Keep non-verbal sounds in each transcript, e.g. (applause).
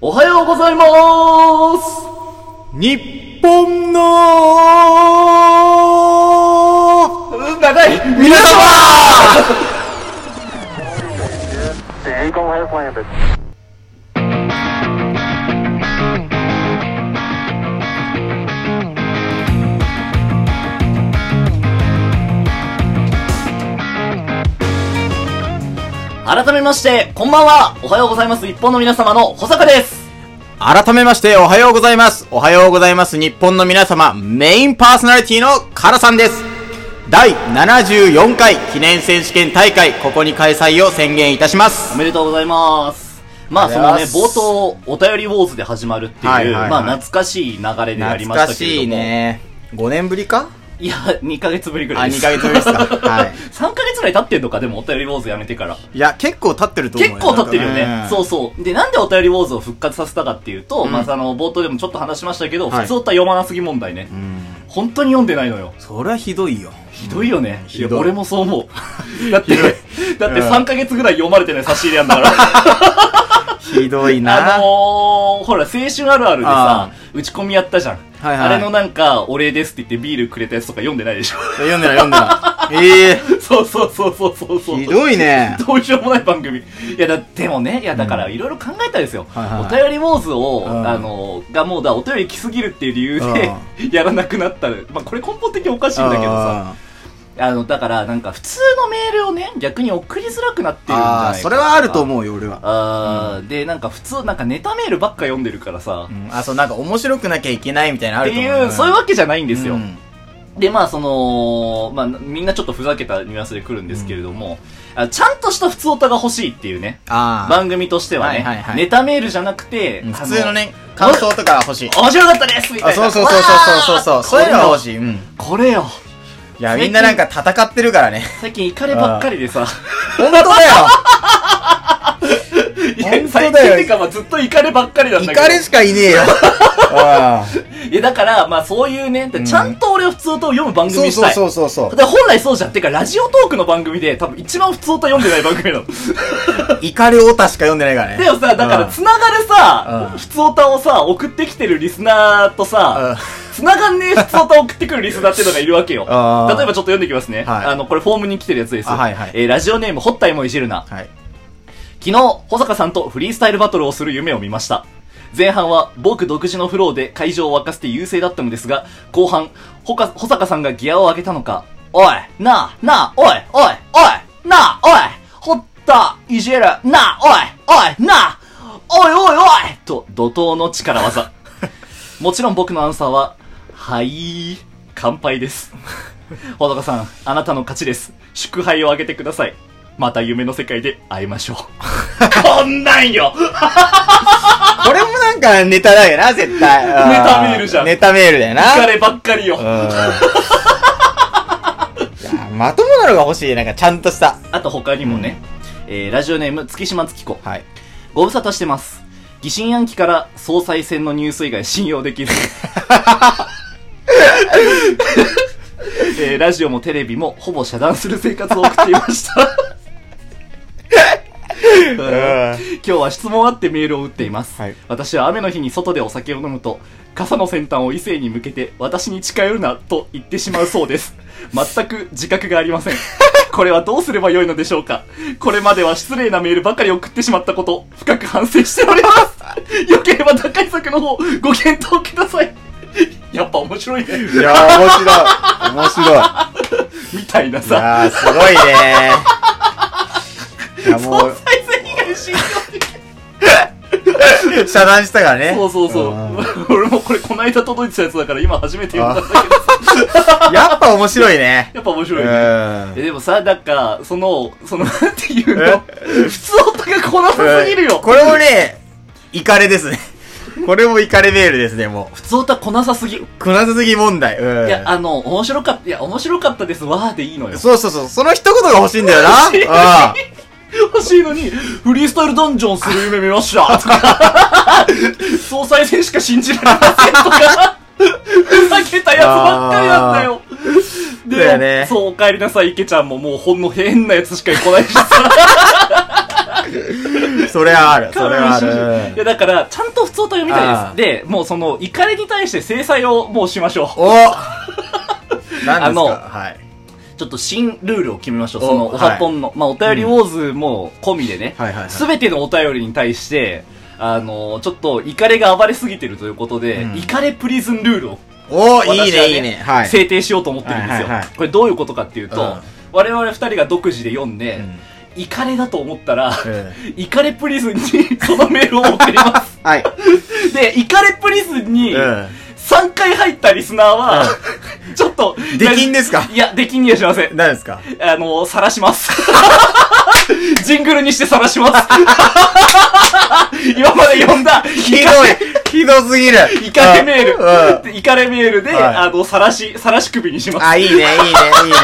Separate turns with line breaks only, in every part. おはようございます
日本の
長い
皆様
The Eagle has landed.
改めまして、こんばんはおはようございます一本の皆様の保坂です
改めましておはようございます。おはようございます。日本の皆様、メインパーソナリティのカラさんです。第74回記念選手権大会、ここに開催を宣言いたしま
お
す。
めでとうございますまあ、その
あ
ね、
りがとうご
冒
ざ
頭、
い
お便りウォーズで始まるっていう、
はいはいはい
まあ、懐かしい流れでありましたけれども。。
5年ぶりか
いや、2ヶ月ぶりぐらいです。
あ2ヶ月ぶり
(laughs)
ですかはい
3ヶ月ぐらい経ってんのか、でも、お便りウォーズやめてから。
いや、結構経ってると思う
結構経ってるよね。そううそう。で、なんでお便りウォーズを復活させたかっていうと、まあ、その、冒頭でもちょっと話しましたけど、
はい
普通おった読まなすぎ問題ね。
ん。
本当に読んでないのよ。
そりゃひどいよ。
ひどいよね。い
ひ
や、
どい
俺もそう思
(laughs)
う。だって
ひどい、
だって
うん
3ヶ月ぐらい読まれてない差し入れやんだから。
ひどいな
あのー、ほら、青春あるあるでさ
あ、
打ち込みやったじゃん。
はいはい
あれのなんか、お礼ですって言ってビールくれたやつとか読んでないでしょ。 (laughs)
読んでない読んでない。ええ
そうそうそうそうそうそう。
ひど
(laughs)
いね。
どうしようもない番組。いや、だ、でもね、いや、だから、いろいろ考えたんですよ。
はいはい
お便りウォーズを、
うん
あの、がもうだ、お便り来すぎるっていう理由で、 (laughs) やらなくなったら、まあ、これ根本的におかしいんだけどさ、
あ
あの、だから、なんか、普通のメールをね、逆に送りづらくなってるんじゃないか
あー、それはあると思うよ、俺は。
あー、で、なんか、普通、なんか、ネタメールばっか読んでるからさ、
うんあ、そう、なんか面白くなきゃいけないみたいなのあ
っ
る
て
と思
いうう、そういうわけじゃないんで
です
よ。で、まあ、その、まあ、みんなちょっとふざけたニュアンスで来るんですけれども、あちゃんとした普通オタが欲しいっていうね。
ああ。
番組としてはね、
はいはいはい
ネタメールじゃなくて、
うん
あ
普通のね、感想とか欲しい。
面白かったですみたい
あ、
な。
そうそうそうそうそうそう。そういうのが欲
い。
しい。うん。い
これよ。
や、みんななんか戦ってるからね。
(laughs) 最近イカレばっかりでさ。
本当だよ
いや
本当だよ
最近っていうか、まあ、ずっとイカレばっかりなんだけど。
怒りしかいねえよ。
(laughs)
あ
いや、だから、まあそういうね、
ん
ちゃんと俺は普通と読む番
あそ
組
う
にし
そ
た
う
い。
そうそうそう。
で本来そうじゃん。てか、ラジオトークの番組で、多分一番普通と読んでない番組
(laughs)
なの。
怒りオタしか読んでないからね。
でもさ、だから、つながるさ、
うん
普通歌をさ、送ってきてるリスナーとさ、つながんねえ普通歌を送ってくるリスナーっていうのがいるわけよ。例え
あー
ばちょっと読んできますね。
はい
あの、これフォームに来てるやつです。
あはいはい
えーラジオネーム、ほったいもいじるな。
うんはい。
昨日、保坂さんとフリースタイルバトルをする夢を見ました。前半は僕独自のフローで会場を沸かせて優勢だったのですが、後半、ほか、保坂さんがギアを上げたのか、おい、なあ、なあ、おい、おい、おい、なあ、おい、ほった、いじる、なあ、おい、おい、なあ、おいおいおいと、怒涛の力技。もちろん僕のアンサーは、はい、乾杯です。ほ坂さん、あなたの勝ちです。祝杯をあげてください。また夢の世界で会いましょう。 (laughs) こんなんよ
これもなんかネタだよな、絶対。うん
(laughs) ネタメールじゃん
ネタメールだよな。
疲ればっかりよ
うんいやまともなのが欲しい。なんかちゃんとした。
あと他にもね、えー、ラジオネーム、月島月子。
はい。
ご無沙汰してます。疑心暗鬼から総裁選のニュース以外信用できず。
(laughs)
えーラジオもテレビもほぼ遮断する生活を送っていま
(laughs)
した。 (laughs) (laughs) 今日は質問あってメールを打っています、
はい
私は雨の日に外でお酒を飲むと傘の先端を異性に向けて私に近寄るなと言ってしまうそう
(laughs)
です全く自覚がありませんこれはどうすればよいのでしょうかこれまでは失礼なメールばかり送ってしまったこと深く反省しております
(laughs)
よければ打開策の方ご検討くださいやっぱ面白いね
いやー、面白い。面白い。
みたいないさ
やー、すごいねー。いや、も
総
う、
裁選以外信用できない
遮断したからね。
そうそうそう
うん。
俺もこれこの間届いてたやつだから今初めて読んだんだけど
やっぱ面白いね。
やっぱ面
う
白いねえ
ん。
でもさ、なんか、その、その、なんていうの、普通オタがこなさすぎるよ。
これもね、イカレですね。これもイカレメールですね、も。
普通オタこなさすぎ。いう
くなさすぎ問題。うん。
や、あの、面白かった、いや、面白かったですわーでいいのよ。
そうそうそう。その一言が欲しいんだよ
欲しい
な。うん。
欲しいのに、フリースタイルダンジョンする夢見ましたとか、総裁選しか信じられませんとか、ふざけたやつばっかりなんだよ。で、
だよね
そう、お帰りなさい、池ちゃんももうほんの変なやつしか来ないしさ、
それはある。 (laughs) それはあ
いや、
る。
だから、ちゃんと普通と読みた
ああ
いです。で、もうその、怒りに対して制裁をもうしましょう。
お何
あ
です
の
かはい。
ちょっと新ルールを決めましょう。
お
その、おはぽんの。まあ、お便りウォーズも込みでね
はいはいは。い
すべてのお便りに対して、あの、ちょっと、怒りが暴れすぎてるということで、
うん
怒りプリズンルールを。
お
私はい
いね、いいね。はい。
制定しようと思ってるんですよ、
はいはいはい
これどういうことかっていうと、
うん
我々二人が独自で読んで、
うん
イカレだと思ったら、
え
イカレプリズンにそのメールを送りま
(laughs) はい。
すでイカレプリズンに
うん
3回入ったリスナーは、 (laughs) ちょっと
出禁ですか
いや出禁にはしません
何ですか
(laughs) あの晒します (laughs) ジングルにして晒し
(laughs)
ます今まで読んだ
ひどい (laughs) ひどすぎる
イカレメ
うんうん
ール。イカレメールで、
はい
あの、晒し、晒し首にします。
あ、いいね、いいね、いいね。 (laughs)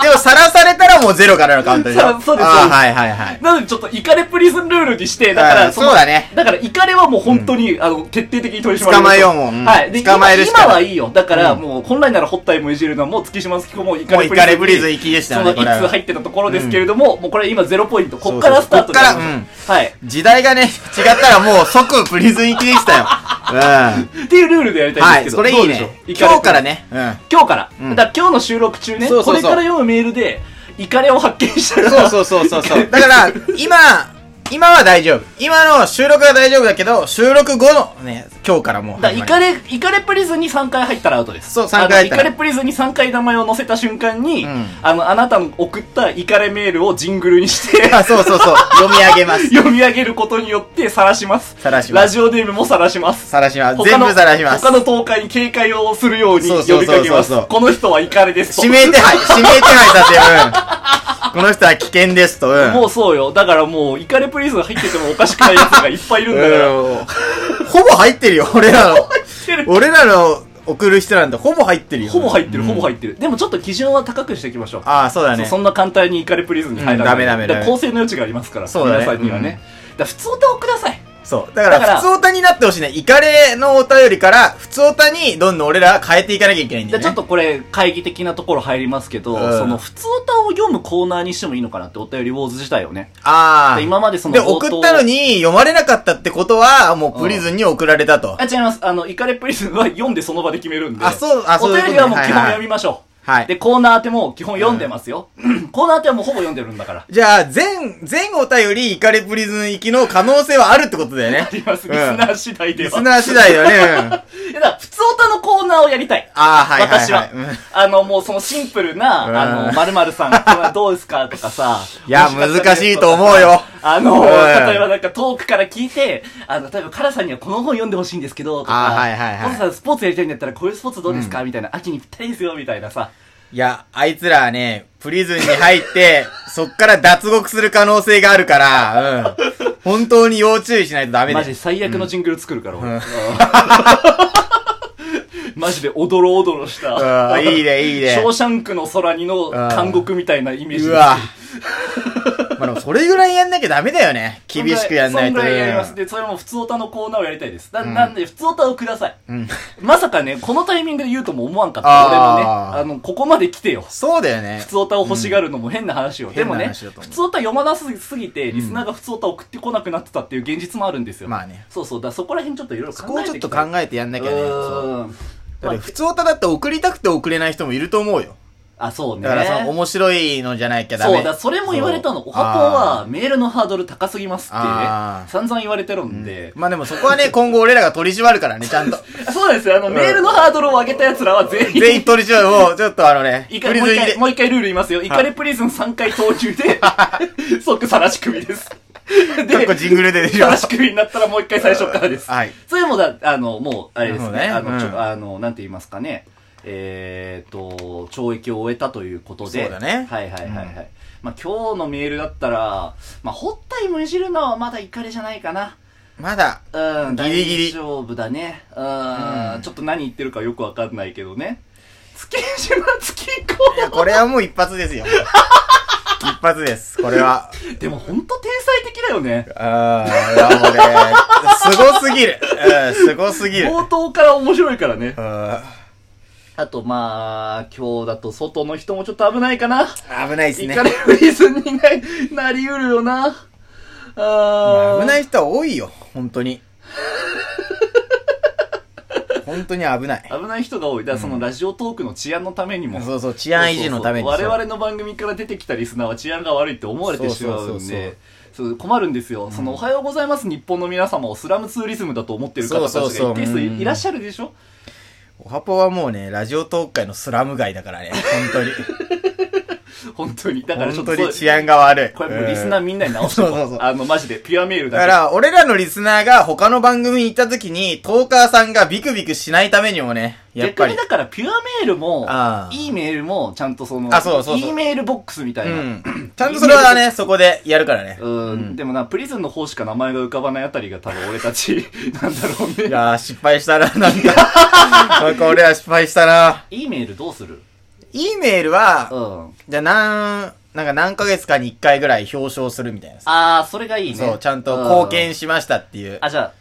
でも、さらされたらもうゼロからのカウントでしょ
さそうです
あ
そう
ー
です
はいはいはい。
なのでちょっとイカレプリズンルールにして、だか
は
ら
い
の
そうだね
だからイカレはもう本当に、あの、徹底的に取り締ま
捕まえようも
う。
ん
はい。で、
捕まえるしか
今今
な
はいいいよ。だから
うん
もう、本来ならホッタイもいじるのはもう月島月子もイカ
もう
レプリ
イ
ズン。
カレブリズン行きでした
そ
よ
の
ね、
一
これ
通入
は。
ってたところですけれども、もうこれ今0ポイント。こっからスタート
そうそうこっから
ですはい。
時代がね、違ったらもう即プリズン行きでしたよ。
(laughs)
う
っていうルールでやり
ん。
た
はい
ん
い、
ですけ
そ
ど。
れ
ど
いうい
でしょう
ね。今日から。ね。うん。
イカレプリズン今日から。
うん
だから今日の収録中ね、
そうそうそう
これから読むメールで、イカレを発見したら、
そうそうそうそ
(laughs)
うそう。 (laughs) だから、今、今は大丈夫。今の収録は大丈夫だけど、収録後のね、今日からもう
だから
始
イ
まる
カレ、イカレプリズンに3回入ったらアウトです。
そう3回入った
あ
ら
のイカレプリズンに3回名前を載せた瞬間に、
うん
あの、あなたの送ったイカレメールをジングルに
(laughs)
して、
あ、そうそうそう。読み上げます。
読み上げることによって晒します。
晒します
ラジオネームも晒します。
さらします。
他
全
の
部さらします
他。の東海に警戒をするように
そう
呼
そうそう
び
そう
かけます。この人はイカレですと。
指名手配、指名手配させようん。この人は危険ですと、 (laughs) うん。
もうそうよ。だからもう、イカレプリズン入っててもおかしくない奴がいっぱいいるん
(laughs)
だから。
うんほぼ入ってるよ、俺ら
(laughs)
の。
知ってる
俺らの送る人なんてほぼ入ってるよ。
ほぼ入ってる、
うん
ほぼ入ってる。でもちょっと基準は高くしていきましょう。
ああ、そうだ
そう
ね。
そんな簡単にイカレプリズムに入らない、
うんダメダメ
だ
ダメ
から構成の余地がありますから
そうだね
皆さんにはね、だから普通歌をください
そう。だから、
だから
普通オタになってほしいね。イカレのお便りから、普通オタにどんどん俺らは変えていかなきゃいけないんだ
じゃ
よ
あ
ね。
ちょっとこれ会議的なところ入りますけど、
うん
その普通歌を読むコーナーにしてもいいのかなってお便りウォーズ自体をね
ああ。
で今までその
で、
冒頭
送ったのに読まれなかったってことは、もうプリズンに送られたと。
あ違いますあのイカレプリズムは読んでその場で決めるんで
あそうあそういう
お
ことね
便りはもう基
はい
本
はい
読みましょう、
はい
でコーナー当ても基本読んでます
(laughs)
よ、コーナー当てはもうほぼ読んでるんだから
じゃあ、全、全お便りイカレプリズン行きの可能性はあるってことだよね
あ。りますリスナー次第で
リ
は、
スナー次第だよ
(laughs)
ね。
い
うん
やだから普通歌のコーナーをやりたい
ああ、はいはい、はい。
私は
うん。
あの、もうそのシンプル
うん
な、あの、〇〇さん、これはどうですかとかさ。
いや
美味かったです
難しいと思うよ
あの、
うん
例えばなんか遠くから聞いて、あの、例えばカラさんにはこの本読んでほしいんですけど、とか、
あはいはいはい
ポンさんスポーツやりたいんだったらこういうスポーツどうですか、みたいな、秋にぴったりですよ、みたいなさ。
いや、あいつらはね、プリズンに
(laughs)
入って、そっから脱獄する可能性があるから、うん。本当に要注意しないとダメだ
マ
よ
ジ。最悪のジングル作るから、俺。うん (laughs) マジでおどろおどろした。
うんいいね、いいね。
ショーシャンクの空にの監獄みたいなイメージ
う
です
わ。まあでもそれぐらいやんなきゃダメだよね。厳しくやんないと。
そんぐらいやります。
うん
で、それも普通歌のコーナーをやりたいです。な,、ん、なんで、普通歌をください。
ん
まさかね、このタイミングで言うとも思わんかっ
あ
た。俺のね、
ー
あの、ここまで来てよ。
そうだよね
普。通歌を欲しがるのも変な話よ。でも
変な
ね、
話だと思う
普通歌読まなすぎて、リスナーが普通歌送ってこなくなってたっていう現実もあるんですよ。
まあね。
そうそう、だからそこら辺ちょっといろいろ
そ
考
こを
え
ちょ
て
っ
いき
と
たい
考えてやんなきゃね。そう
うーん
だって普通歌だって送りたくて送れない人もいると思うよ。
あ、そうね。
だからその面白いのじゃなきゃダメ。
そうだ、それも言われたの。
そう
おはぽんはメールのハードル高すぎますってね
あ、ー
散々言われてるんで。
まあでもそこは
(laughs)
ね、今後俺らが取り締まるからね、ちゃんと。
そうですよ、あの、メールのハードルを上げた奴らは全員、
全員取り締まる。もう、ちょっとあのね、
い
プ
か
リ
も
ズ
う
ン
一
入
回、
れ
も、う一回ルール言いますよ。イカレプリズン3回投球
(laughs)
で、即晒し首です。
結構
で、
ジングルで
(laughs)
でしょ。
晒し首になったらもう一回最初からです。
はい
それもだ、あの、もう、あれですね。
なる
あ
ほどね
の、ち
う
ょ、
ん
あの、なんて言いますかね。えーと、懲役を終えたということで。
そうだね
はいはいはいはい。まあ今日のメールだったら、まあ、ほったいもいじるのはまだイカレじゃないかな。
まだ、
うん、
ギリギリ
大丈夫だね。うん、ちょっと何言ってるかよくわかんないけどね。月島月
いや、
子
これはもう一
(laughs)
発ですよ。一発です、これは。
でもほんと天才的だよね。
あー、いやもうね、すごすぎる。うん、すごすぎる。
冒頭から面白いからね。
うん
あとまあ、今日だと外の人もちょっと危ないかな。
危ないです
イ
ね
カ。レフリーズにななりうるよな。あ
危
ー
ない人は多いよ、本
(laughs)
当に。本当に危ない。
危ない人が多い。だからそのラジオトークの治安のためにも。
そうそう、治安維持のために。
そうそうそう
そう
我々の番組から出てきたリスナーは治安が悪いって思われてしまう
そうそ
ん
うそう
で、そう困るんですよ、その、おはようございます日本の皆様をスラムツーリズムだと思ってる方たちが
そう
一
そうそう
定数
うん
いいらっしゃるでしょ
おはぽはもうね、ラジオトーク界のスラム街だからね、本当に。
本当に。だからちょ
本
っとそ
当
う
に治安が悪い。
これもうリスナーみんなに直してこう
そうそうそう
あの、マジで、ピュアメール
だ
だ
か
け。
ら、俺らのリスナーが他の番組に行った時に、トーカーさんがビクビクしないためにもね、やっ
逆
ぱり
に。だから、ピュアメールも
あ、ー
いいメールも、ちゃんとその、
あそうそうそう
E メールボックスみたいうな。
ん。ちゃんとそれはね、そこでやるからね。
うん、でもな、プリズンの方しか名前が浮かばないあたりが多分俺た
(laughs)
ち、なんだろう
い
ね。
やー、失敗したな、なんか。なんか俺ら失敗したな。
E メールどうする
E メール
う
は、
ん。
じゃあなん、なんか何ヶ月かに1回ぐらい表彰するみたいなさ。
あー、それがいいね。
そう、ちゃんと貢献しましたってい
う
う
ん。。あ、じゃ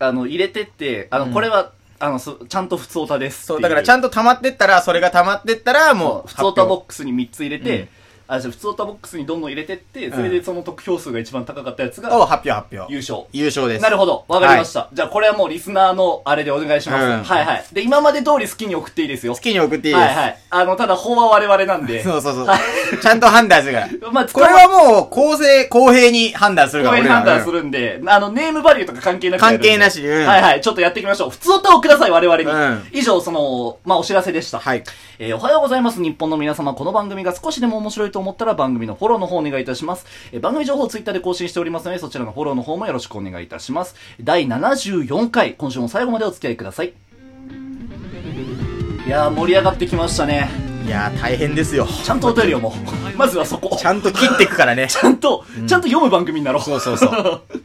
あ、あの、入れてって、あの、これは、あの、そちゃんと普通歌ですってい
そう、だからちゃんと溜まってったら、それが溜まってったら、もう、
普通歌ボ
ッ
ックスに3つ入れ
うん
て、あ、じゃあ普通歌ボックスにどんどん入れてって、それでその得票数が一番高かったやつ
を
が、
発表発表。
優勝。
優勝です。
なるほど。わかりました。じゃあ、これはもうリスナーのあれでお願いします。
うん
はいはい。で、今まで通り好きに送っていいですよ。
好きに送っていいです。
はいはい。あの、ただ、法は我々なんで。
そうそうそう。
はい
ちゃんと判断す
(laughs)
るから。
まあ、
これはもう、公正、公平に判断する
公
から。
平に判断す
俺らはね
るんで、あの、ネームバリューとか関係なくやるんで
関係なしうん
はいはい。ちょっとやっていきましょう。普通歌をください、我々に。
うん
以上、その、まあ、お知らせでした。
はい。
えーおはようございます。日本の皆様、この番組が少しでも面白いと思ったら番組のフォローの方お願いいたします。えー番組情報をツイッターで更新しておりますので、そちらのフォローの方もよろしくお願いいたします。第74回、今週も最後までお付き合いください。いやー、盛り上がってきましたね。
いやー、大変ですよ。
ちゃんとお便りをもう。まずはそこ。 (laughs)
ちゃんと切っていくからね。
ちゃんと、ちゃんと読む番組になろう。
そうそうそう。